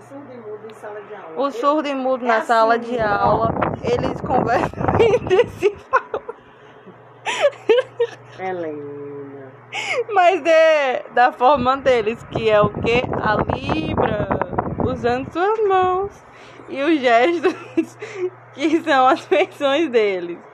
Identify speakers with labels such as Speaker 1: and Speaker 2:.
Speaker 1: surdo e mudo em sala de aula.
Speaker 2: O
Speaker 1: Eu-
Speaker 2: surdo e mudo
Speaker 1: é
Speaker 2: na
Speaker 1: assim,
Speaker 2: sala de
Speaker 1: não.
Speaker 2: aula, eles conversam entre si,
Speaker 1: Helena.
Speaker 2: mas é da forma deles, que é o que? A Libra, usando suas mãos e os gestos, que são as feições deles.